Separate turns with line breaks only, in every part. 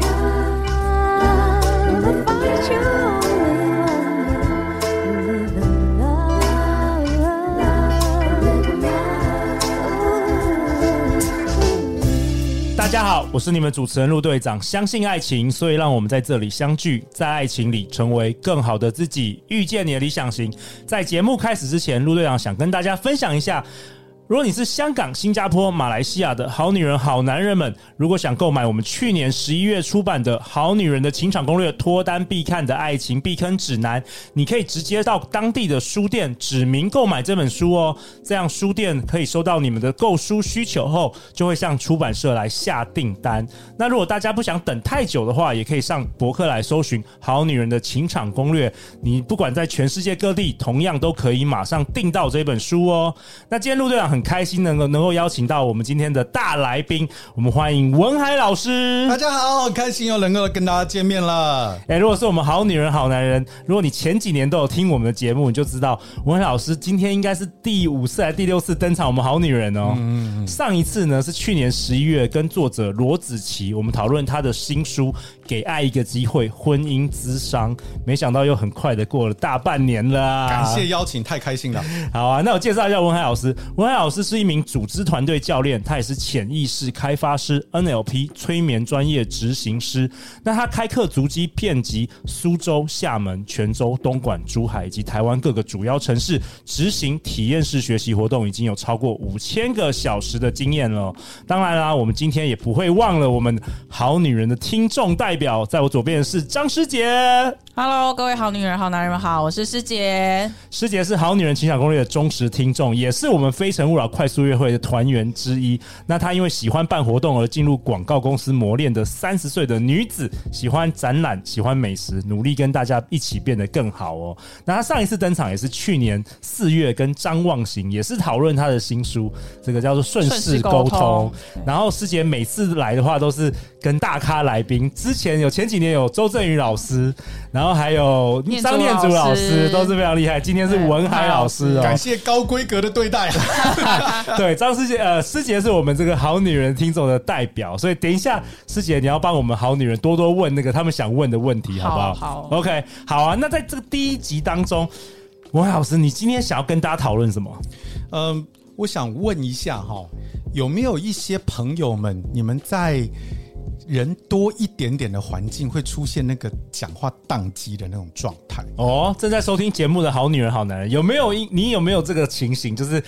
Love, find your only one. Live in love, live in love.
大家好，我是你们主持人陆队长。相信爱情，所以让我们在这里相聚，在爱情里成为更好的自己，遇见你的理想型。在节目开始之前，陆队长想跟大家分享一下。如果你是香港、新加坡、马来西亚的好女人、好男人们，如果想购买我们去年十一月出版的《好女人的情场攻略：脱单必看的爱情避坑指南》，你可以直接到当地的书店指明购买这本书哦。这样书店可以收到你们的购书需求后，就会向出版社来下订单。那如果大家不想等太久的话，也可以上博客来搜寻《好女人的情场攻略》，你不管在全世界各地，同样都可以马上订到这本书哦。那今天陆队长很开心能够能够邀请到我们今天的大来宾，我们欢迎文海老师。
大家好，很开心又能够跟大家见面了。
哎、如果是我们好女人、好男人，如果你前几年都有听我们的节目，你就知道文海老师今天应该是第五次还是第六次登场我们好女人哦。
嗯
上一次呢是去年十一月跟作者罗子琪，我们讨论她的新书《给爱一个机会：婚姻之商》，没想到又很快的过了大半年了啊。
感谢邀请，太开心 了。
好啊，那我介绍一下文海老师。文海老师是一名组织团队教练，他也是潜意识开发师、NLP 催眠专业执行师。那他开课足迹遍及苏州、厦门、泉州、东莞、珠海以及台湾各个主要城市，执行体验式学习活动已经有超过五千个小时的经验了。当然啦、我们今天也不会忘了我们好女人的听众代表，在我左边的是张师姐。
Hello，各位好女人、好男人们好，我是师姐。
师姐是《好女人情场攻略》的忠实听众，也是我们《非诚勿扰》快速约会的团员之一。那她因为喜欢办活动而进入广告公司磨练的三十岁的女子，喜欢展览，喜欢美食，努力跟大家一起变得更好哦。那她上一次登场也是去年四月，跟张望行也是讨论她的新书，这个叫做《顺
顺
势
势沟
沟通》
通对
然后师姐每次来的话都是跟大咖来宾，之前有前几年有周振宇老师，然后还有
念
张
祖
念祖
老
老
师
师都是非常厉害。今天是文海老师哦
感，谢高规格的对待，
对张师姐，呃，师姐是我们这个好女人听众的代表，所以等一下师姐你要帮我们好女人多多问那个他们想问的问题，好不好？
好好
o k 好啊。那在这个第一集当中，文海老师，你今天想要跟大家讨论什么？
嗯，我想问一下哈，有没有一些朋友们，你们在人多一点点的环境会出现那个讲话宕机的那种状态？
哦，正在收听节目的好女人、好男人，有没有一你有没有这个情形，就是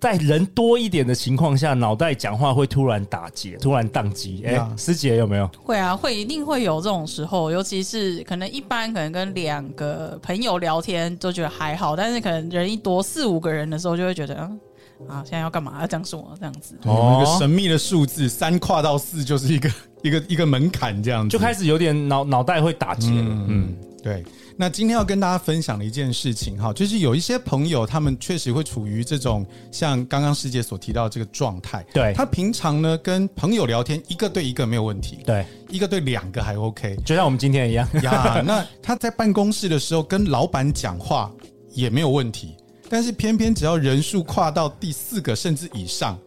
在人多一点的情况下，脑袋讲话会突然打结，突然宕机？哎、
Yeah
师姐有没有？
会啊，会一定会有这种时候，尤其是可能一般可能跟两个朋友聊天都觉得还好，但是可能人一多四五个人的时候，就会觉得嗯啊，现在要干嘛？要讲什么？这样子。
有没有
哦
一个神秘的数字，三跨到四就是一个一个一个门槛，这样子
就开始有点脑脑袋会打结了。嗯，
对，那今天要跟大家分享的一件事情哈，就是有一些朋友，他们确实会处于这种像刚刚师姐所提到的这个状态。
对
他平常呢跟朋友聊天，一个对一个没有问题，
对，
一个对两个还 OK
就像我们今天一样。
呀。 那他在办公室的时候跟老板讲话也没有问题，但是偏偏只要人数跨到第四个甚至以上，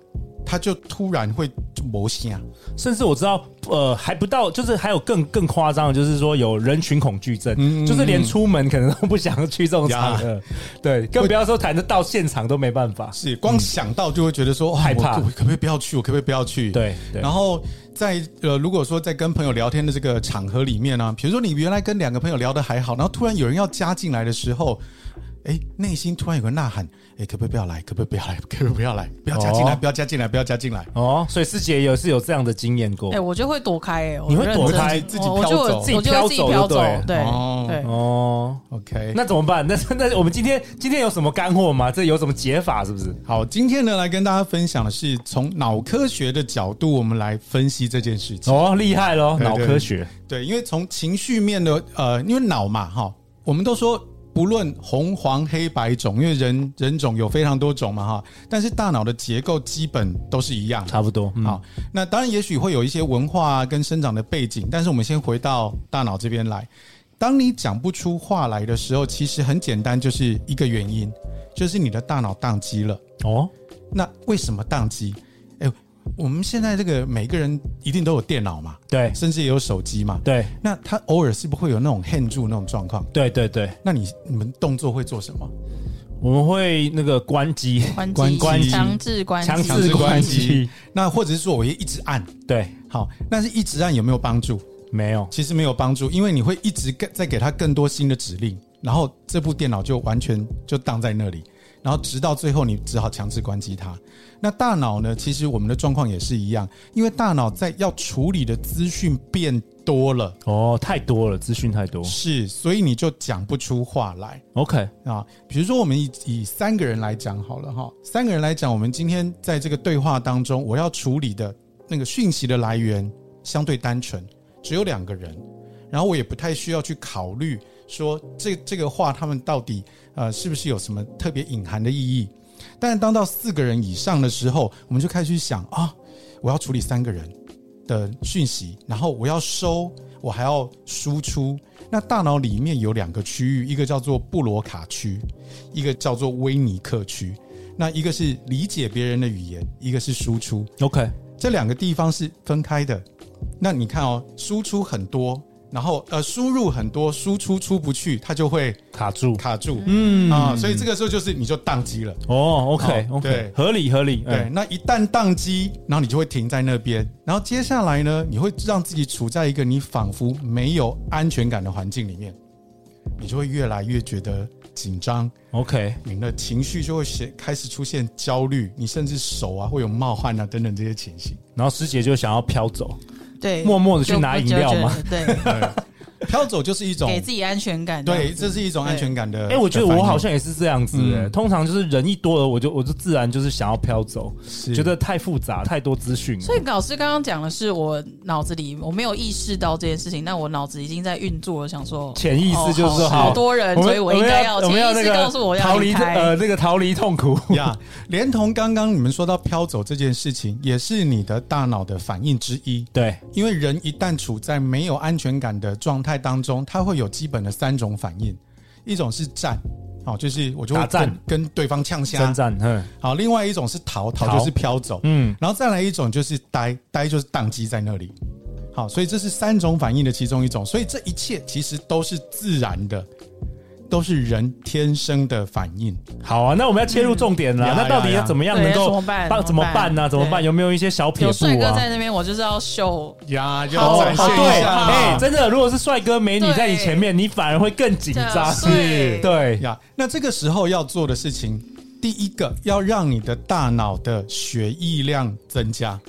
他就突然会魔性啊。
甚至我知道，呃，还不到，就是还有更更夸张的，就是说有人群恐惧症，就是连出门可能都不想去这种场合，对，更不要说谈得到现场都没办法。
是光想到就会觉得说、哇
嗯害怕
我可我可不可以不要去？我可不可以不要去？
对对
然后在呃，如果说在跟朋友聊天的这个场合里面呢、啊比如说你原来跟两个朋友聊得还好，然后突然有人要加进来的时候，哎，内心突然有个呐喊，哎，可不可以不要来？可不可以不要来？ 可不可以不要来？不要加进来！
哦
不要加进来！不要加进来！
哦，所以师姐有是有这样的经验过
哎、。我就会躲开、哎，我
你会
认
躲
真
开
自己
我我就
飘走
我就会自己飘
自己飘走就
走
对，
对
哦
对。
哦，
OK，
那怎么办？那 那我们今天今天有什么干货吗？这有什么解法是不是？
好，今天呢来跟大家分享的是从脑科学的角度，我们来分析这件事情。
哦，厉害喽，
对
脑科学。
对，因为从情绪面的呃，因为脑嘛哈，我们都说不论红黄黑白种，因为人人种有非常多种嘛哈，但是大脑的结构基本都是一样的。
差不多，嗯，
好，那当然也许会有一些文化、啊、跟生长的背景，但是我们先回到大脑这边来。当你讲不出话来的时候，其实很简单，就是一个原因，就是你的大脑宕机了。
哦，
那为什么宕机？哎、我们现在这个每个人一定都有电脑嘛，
对
甚至也有手机嘛。
对
那他偶尔是不是会有那种 hand 住那种状况？
对对对，
那你你们动作会做什么？
我们会那个关机，
关
关
机
机
强制关
强
机，
制
制
关
关
机
机，那或者是说我也一直按，
对，
好，但是一直按有没有帮助？
没有，
其实没有帮助，因为你会一直更再给他更多新的指令，然后这部电脑就完全就荡在那里，然后直到最后你只好强制关机它。那大脑呢？其实我们的状况也是一样，因为大脑在要处理的资讯变多了，
哦，太多了，资讯太多
是，所以你就讲不出话来。
，OK，
啊，比如说我们以以三个人来讲好了哈，三个人来讲，我们今天在这个对话当中，我要处理的那个讯息的来源相对单纯，只有两个人，然后我也不太需要去考虑说这这个话他们到底呃是不是有什么特别隐含的意义。但当到四个人以上的时候，我们就开始去想啊，我要处理三个人的讯息，然后我要收，我还要输出。那大脑里面有两个区域，一个叫做布罗卡区，一个叫做威尼克区。那一个是理解别人的语言，一个是输出，
OK，
这两个地方是分开的。那你看哦，输出很多，然后呃输入很多，输出出不去，它就会
卡住，
卡住。
嗯
啊，所以这个时候就是你就宕机了。
哦，OK
哦
OK，
对
合理合理，
对，
哎
那一旦宕机，然后你就会停在那边，然后接下来呢，你会让自己处在一个你仿佛没有安全感的环境里面，你就会越来越觉得紧张，
，OK，
你的情绪就会写开始出现焦虑，你甚至手啊会有冒汗啊等等这些情 形。
然后师姐就想要飘走，
对，
默默地去拿
就
饮料吗？
就就对，
飘走就是一种
给自己安全感。
对，这是一种安全感的。
哎、我觉得
的反
我
应
好像也是这样子、哎
嗯
通常就是人一多了，我就我就自然就是想要飘走，
是
觉得 太复杂，太多资讯了，
所以老师刚刚讲的是我脑子里我没有意识到这件事情，但我脑子已经在运作了，想说
潜意识就是
哦
说
好
好
好多人，所以我应该要
我
潜
们要
意
那
识
个
告诉我要
逃离
离开。
呃那个逃离痛苦。
呀连同刚刚你们说到飘走这件事情，也是你的大脑的反应之一。
对，
因为人一旦处在没有安全感的状态当中，他会有基本的三种反应，一种是战，哦，就是我就会
打战
跟跟对方呛
征
虾，
战，嗯
好，另外一种是逃，
逃
逃就是飘走，
嗯，
然后再来一种就是呆，呆就是宕机在那里。好，所以这是三种反应的其中一种，所以这一切其实都是自然的，都是人天生的反应。
好啊，那我们要切入重点了、
嗯呀
那到底
呀
要
呀
怎么样能
对
够
怎么办
帮怎
怎
么
么
办
办
呢、怎么办？
对
有没有一些小撇
有
步
帅哥在
啊？
那边，我就是要秀。
呀，
好
要展
好
现
哦对，
一下
好
哎、
啊
真的，如果是帅哥美女
对
在你前面，你反而会更紧张，
对
对，
呀。那这个时候要做的事情，第一个要让你的大脑的血液量增加。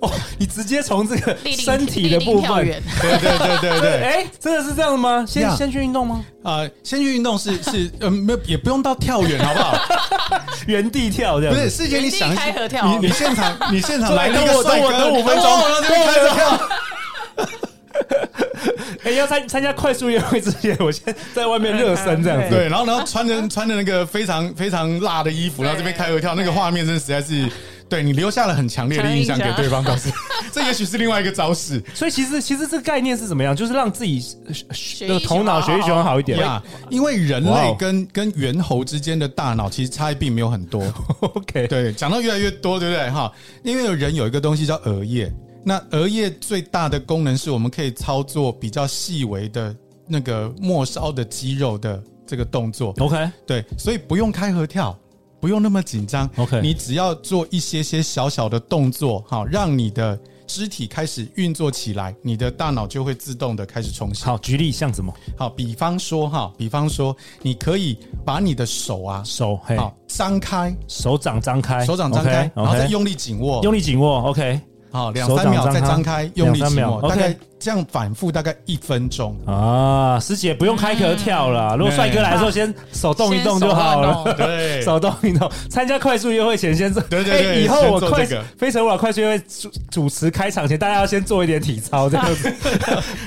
哦，你直接从这个
立定
身体的部
立定跳
分，
远
对对对对
对，
对，
哎、真的是这样吗？先
Yeah
先去运动吗？
啊，先去运动是是呃没有也不用到跳远好不好？
原地跳这样
不
子，
是，事先你想一
原地开合跳
下，你你现场你现场
对
来
等
那个
我
帅
等我
哥
等我五分钟
等我这边开始跳。
哎、要参参加快速约会之前，我先在外面热身这样子。
对，然后然后穿着穿着那个非常非常辣的衣服，然后这边开合跳，那个画面真的实在是，对你留下了很强烈的印象给 对方，表示这也许是另外一个招式
所以其实其实这个概念是怎么样？就是让自己
液
的
循
头脑
环
血液循环好一点。
呀。因为人
哇哦
类跟跟猿猴之间的大脑其实差异并没有 很多，
OK，
对，讲到越来越多，对不对？哈，因为有人有一个东西叫额叶，那额叶最大的功能是我们可以操作比较细微的那个末梢的肌肉的这个动作，
，OK，
对，所以不用开合跳，不用那么紧张。
OK
你只要做一些些小小的动作，好，让你的肢体开始运作起来，你的大脑就会自动的开始充血。
好，举例像什么
好，比方说哈，比方说，你可以把你的手啊，
手，嘿，
好张开，
手掌张开，
手掌张开
o
然后
k
再用力紧
哎
握，
用力紧握，OK，
好两
手掌
三秒
张
再
开
张开，用力
两三
紧
秒
握，
，OK
大概这样反复大概一分钟。
啊，师姐不用开壳跳
嗯
了。如果帅哥来的时候，先手动一动就好了。
先手动一
手动
对
动哦
运动，参加快速约会前先做。
哎对对对
哎以后我
先做
快
这个
非诚勿扰快速约会主主持开场前，大家要先做一点体操， 这
哎
样子，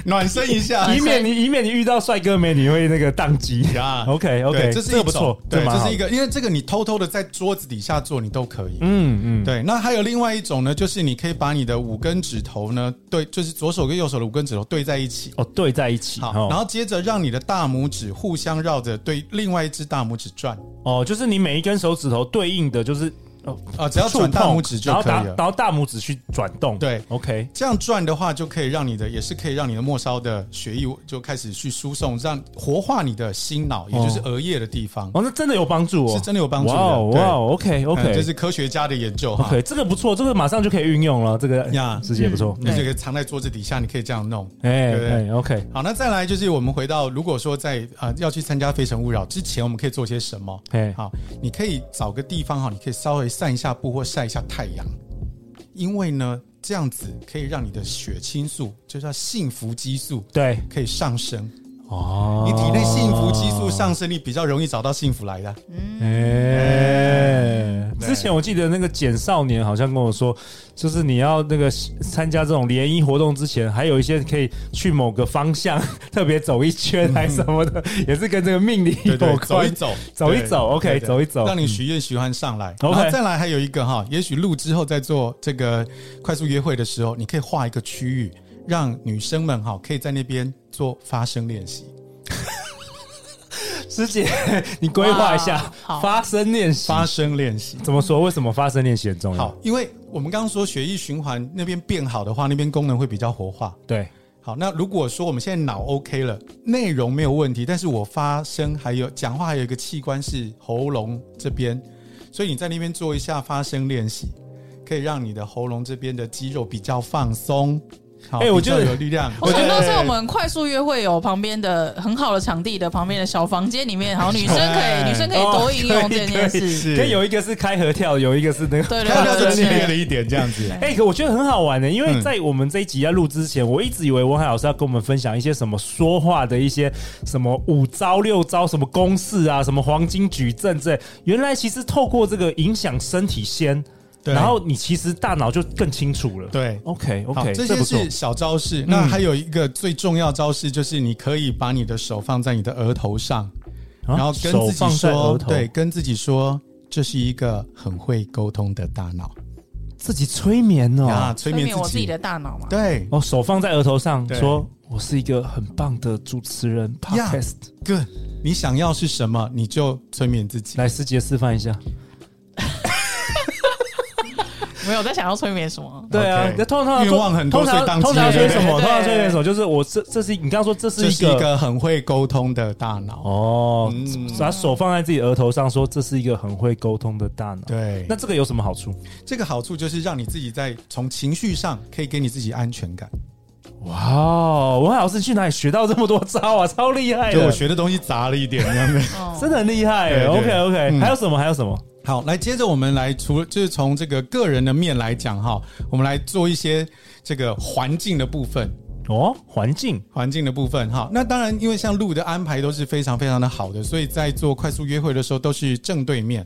暖身一下，
以免你以免你遇到帅哥美女会那个宕机。
呀
OK OK，
对这是一
个不
种
错，
对，
蛮
这
好
是一个，因为这个你偷偷的在桌子底下做，你都可以。
嗯嗯，
对，那还有另外一种呢，就是你可以把你的五根指头呢，对，就是左手跟右手的五根指头对在一起。
哦，对在一起，
好，
哦
然后接着让你的大拇指互相绕着对另外一只大拇指转，
哦，就是你每一根手指头对应的就是哦，
啊，只要
触碰
转大拇指就
然后
可
大
以
然
了。
后大拇指去转动，
对
，OK，
这样转的话，就可以让你的，也是可以让你的末梢的血液就开始去输送，让活化你的心脑，也就是额叶的地方。
哦，那真的有帮助哦，
是真的有帮助的
哇哦
对
哇，OK 哦 OK，
嗯这是科学家的研究哈
OK，。这个不错，这个马上就可以运用了，这个
呀
直接不错，
你这个藏在桌子底下，你可以这样弄。
哎
对不对
哎 OK，
好，那再来就是我们回到，如果说在啊、呃要去参加《非诚勿扰》之前，我们可以做些什么？
哎，
好，你可以找个地方哈，你可以稍微散一下步或晒一下太阳，因为呢，这样子可以让你的血清素，就叫幸福激素，
对，
可以上升。
哦，
你体内幸福激素上升，你比较容易找到幸 福来的。
哎，
对
之前我记得那个简少年好像跟我说，就是你要那个参加这种联谊活动之前，还有一些可以去某个方向 特别走一圈，还什么的，也是跟这个命理
嗯对对
有，
走一
关。
走，
走一
对
走，OK，
对对
走一走嗯
让你许愿喜欢上来。然
OK
后再来还有一个哈，也许录之后在做这个快速约会的时候，你可以画一个区域，让女生们哈可以在那边做发声练习。
师姐，你规划一下
哇好
发声练习，
发声练习。
怎么说？为什么发声练习很重要
好？，因为我们刚刚说血液循环那边变好的话，那边功能会比较活化。
对，
好，那如果说我们现在脑 OK 了，内容没有问题，但是我发声还有讲话还有一个器官是喉咙这边，所以你在那边做一下发声练习，可以让你的喉咙这边的肌肉比较放松，好，
哎我觉得
比较有力量。
我想到是我们快速约会有旁边的很好的场地的旁边的小房间里面，好，女生可以女生可以多应用这件
哎
事，
哦可以有一个是开合跳，有一个是那个。
对
看到就
对
激
对
烈
对
了一点，这样子。
哎、可我觉得很好玩的、因
嗯
为在我们这一集要录之前，我一直以为文海老师要跟我们分享一些什么说话的一些什么五招六招、什么公式啊、什么黄金矩阵之类。原来其实透过这个影响身体先，
对
然后你其实大脑就更清楚了。
对
，OK
好
OK，
这
不
些
错。嗯
是小招式。那还有一个最重要招式，就是你可以把你的手放在你的额头上，
啊
然后跟
手
自己
放在
说
额，头，
对，，跟自己说，这是一个很会沟通的大脑
自己催眠哦。
啊，催
催
眠
眠我
自
自己
己
的。大脑嘛，
对
哦，手放在额头上，
对
说我是一个很棒的主持人。
呀
Podcast，
，Good，你想要是什么，你就催眠自己。
来师姐示范一下。
没有我在想要催眠什么，
对啊
OK，
那通常
愿望很多
通常
所以当机
通常
立
催
断
什么？
对
通常催眠什么？就是我这这是你刚刚说这是
这
一
是一
个
个很会沟通的大脑。
哦，
嗯
把手放在自己额头上，说这是一个很会沟通的大脑。，
对，
那
那
这个有什么好处？
这个好处就是让你自己在从情绪上可以给你自己安全感。
哇哦，文海老师去哪里学到这么多招啊？ 超厉害
就我
的，
学的东西杂了一点，这样子。
哦
真的很厉害欸。
对对
OK OK，
嗯
还有什么？还有什么？
好，来接着我们来除就是从这个个人的面来讲哈，我们来做一些这个环境的部分。
哦，环境
环境的部分哈，那当然，因为像路的安排都是非常非常的好的，所以在做快速约会的时候都是正对面，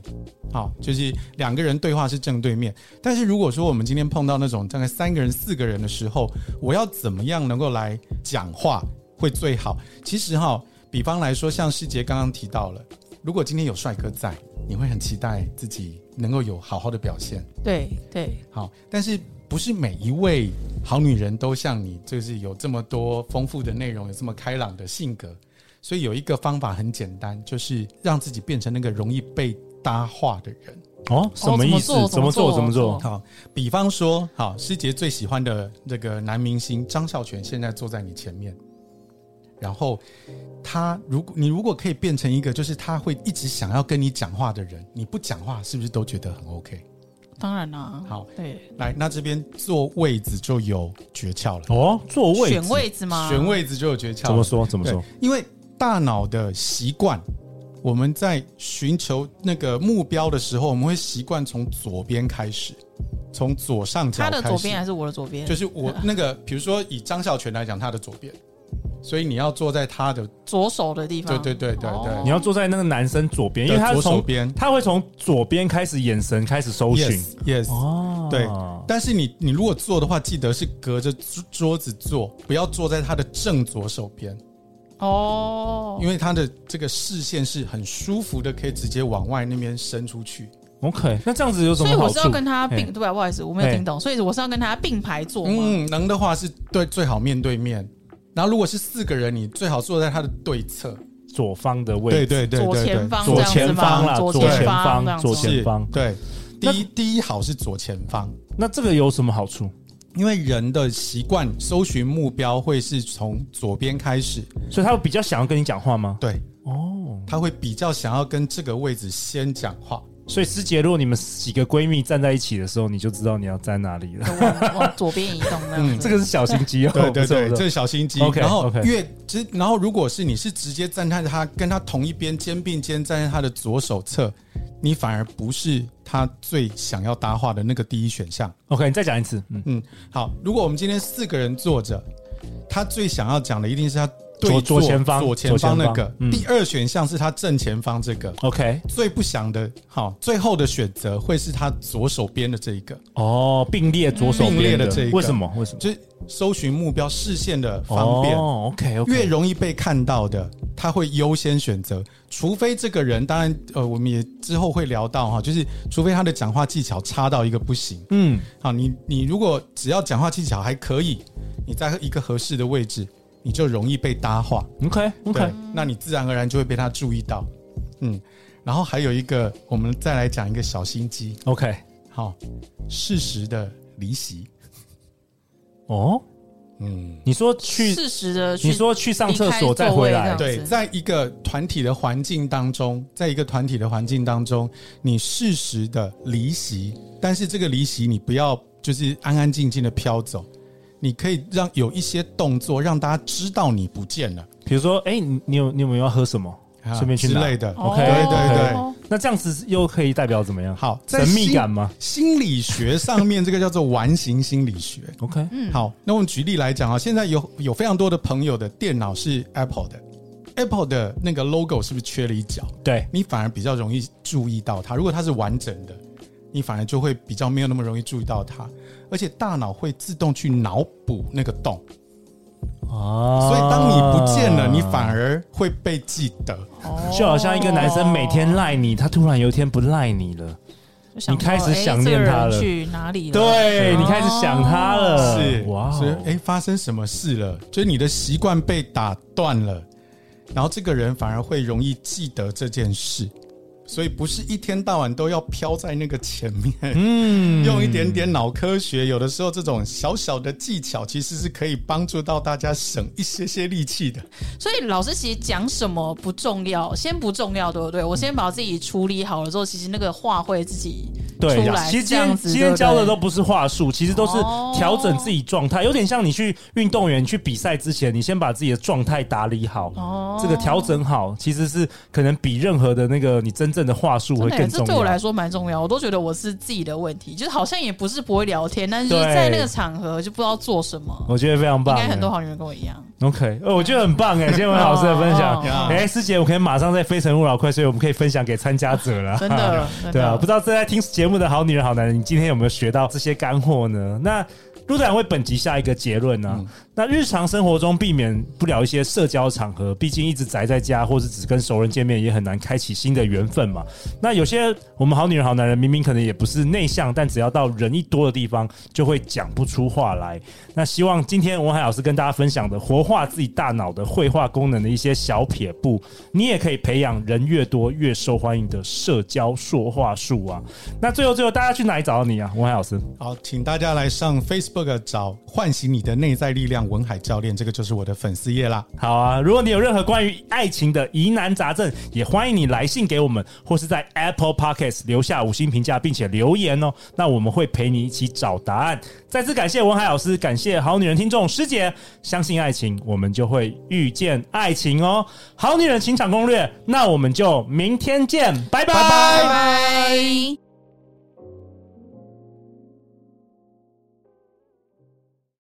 好，就是两个人对话是正对面。但是如果说我们今天碰到那种大概三个人、四个人的时候，我要怎么样能够来讲话会最好？其实哈，比方来说，像师杰刚刚提到了，如果今天有帅哥在，你会很期待自己能够有好好的表现。
对对，
好，但是不是每一位好女人都像你，就是有这么多丰富的内容，有这么开朗的性格。所以有一个方法很简单，就是让自己变成那个容易被搭话的人。
哦，什么意思？
哦
怎
怎
么
么
做？
做
怎么
怎么
做
做？
好，比方说，好，师杰最喜欢的那个男明星张孝全现在坐在你前面，然后他如果你如果可以变成一个，就是他会一直想要跟你讲话的人，你不讲话是不是都觉得很 OK？
当然啦，
好，
对，
来，那这边坐位子就有诀窍了。
哦，座位
选位置吗？
选位置就有诀窍。
怎么？说？怎么
对
说？，
因为大脑的习惯，我们在寻求那个目标的时候，我们会习惯从左边开始，从左上角
他
开始。
的左边还是我的左边？
就是我那个，比如说以张孝全来讲，他的左边，所以你要坐在他的，
左手的地
对
方。
对对对
哦
对
你要坐在那个男生左边，因为
的
他
左手
从
边
他会从左边开始眼神开始搜寻。
，yes yes。
哦，
对但是你你如果坐的话，记得是隔着桌桌子坐，不要坐在他的正左手边。
哦，
因为他的这个视线是很舒服的，可以直接往外那边伸出去。
OK，那这样子有什
所
么
以我
好
是要
处？
跟他
嘿
并，对啊吧？不好意思，我没有
嘿
听懂，所以我是要跟他并排坐嘛。
嗯，能的话是对最好面对面。然后如果是四个人，你最好坐在他的对侧，
左方的位
对
置，
对对
左
对
前
对，
方这
左
样子
前方啦，
吗？
左
前
前
方这
方，
样
左
子吗
前方
是，。对。第
那
一第一好是左前方，
那这个有什么好处？
因为人的习惯搜寻目标会是从左边开始，
所以他比较想要跟你讲话吗？
对，
哦，
他会比较想要跟这个位置先讲话。
所以师姐，如果你们几个闺蜜站在一起的时候，你就知道你要站哪里了。
往往左边移动那样
嗯
子。
这个是小型肌肉，
对对
哦不是
对，
不是
这是小心机。
OK，
然后
OK
越直，然后如果是你是直接站在他跟他同一边肩并肩站在他的左手侧，你反而不是他最想要搭话的那个第一选项。
OK，你再讲一次，嗯，
嗯，好，如果我们今天四个人坐着，他最想要讲的一定是他对
左左
坐
前方
左前方那
左前
个
方。嗯
第二选项是他正前方这个。
，OK，
嗯
最不想的，好，最后的选择会是他左手边的这一个，
哦，并列左手
并列
边
的这一个
为什么？为什么？
就是搜寻目标视线的方便。
哦，OK，OK，
越容易被看到的，他会优先选择。除非这个人，当然，呃，我们也之后会聊到哈，就是除非他的讲话技巧差到一个不行。
嗯，
好，你你如果只要讲话技巧还可以，你在一个合适的位置，你就容易被搭话。
OK
对
OK，，
那你自然而然就会被他注意到。嗯，然后还有一个，我们再来讲一个小心机。
OK，
好，适时的离席。
哦，
嗯，
你说去，
适时的去，
你说去上厕所再回
离开
来
座位这，样
对，
是
在一个团体的环境当中，在一个团体的环境当中，你适时的离席，但是这个离席你不要就是安安静静的飘走，你可以让有一些动作让大家知道你不见了，
比如说，哎，你你有你有没有要喝什么？
啊
顺便去
之
拿
类的。
哦
，OK，
对对对。
那这样子又可以代表怎么样？
好，在
神秘
心
感吗
心理学上面，这个叫做完形心理学。
？OK，
嗯，
好，那我们举例来讲啊，现在有有非常多的朋友的电脑是 Apple 的，Apple 的那个 logo 是不是缺了一角？
对，
你反而比较容易注意到它。如果它是完整的，你反而就会比较没有那么容易注意到它，而且大脑会自动去脑补那个洞，
哦，
所以当你不见了，你反而会被记得。
哦
就好像一个男生每天赖你，他突然有一天不赖你了，
就想
你开始
说诶
想念
这个人
他了
去哪里了？
对你开始想他了，
是
呃哇
所以
哦，
哎，发生什么事了？就是你的习惯被打断了，然后这个人反而会容易记得这件事，所以不是一天到晚都要飘在那个前面。
嗯
用一点点脑科学，有的时候这种小小的技巧，其实是可以帮助到大家省一些些力气的。
所以老师其实讲什么不重要，先不重要，对不对？我先把自己处理好了之后，其实那个话会自己
对
出
呀，
来
其实今
这
天
样子
今天
对不对
教的都不是话术，其实都是
哦
调整自己状态，有点像你去运动员去比赛之前，你先把自己的状态打理好，
哦
这个调整好，其实是可能比任何的那个你真正的话术会
真的耶，
更
这
重
对我来
要。
说蛮重要。我都觉得我是自己的问题，就是好像也不是不会聊天，但是就是
对
在那个场合就不知道做什么。
我觉得非常
应
棒，
该很多好女人跟我 一样，
OK，呃，我觉得很棒哎，今天文老师的分享
哦，
呀
哎，师姐，我可以马上在《非诚勿扰》快，所以我们可以分享给参加者了，
真的真的
对啊，不知道正在听节目的好女人、好男人，你今天有没有学到这些干货呢？那陆队长为本集下一个结论呢、那日常生活中避免不了一些社交场合，毕竟一直宅在家，或是只跟熟人见面，也很难开启新的缘分嘛。那有些我们好女人、好男人，明明可能也不是内向，但只要到人一多的地方，就会讲不出话来。那希望今天文海老师跟大家分享的活化自己大脑的绘画功能的一些小撇步，你也可以培养人越多越受欢迎的社交说话术啊。那最后最后，大家去哪里找到你啊，文海老师？
好，请大家来上 Facebook 找“唤醒你的内在力量”文海教练，这个就是我的粉丝页啦。
好啊，如果你有任何关于爱情的疑难杂症，也欢迎你来信给我们，或是在 Apple Podcast 留下五星评价，并且留言哦。那我们会陪你一起找答案。再次感谢文海老师，感谢好女人听众师姐，相信爱情，我们就会遇见爱情哦。好女人情场攻略，那我们就明天见，拜拜
拜拜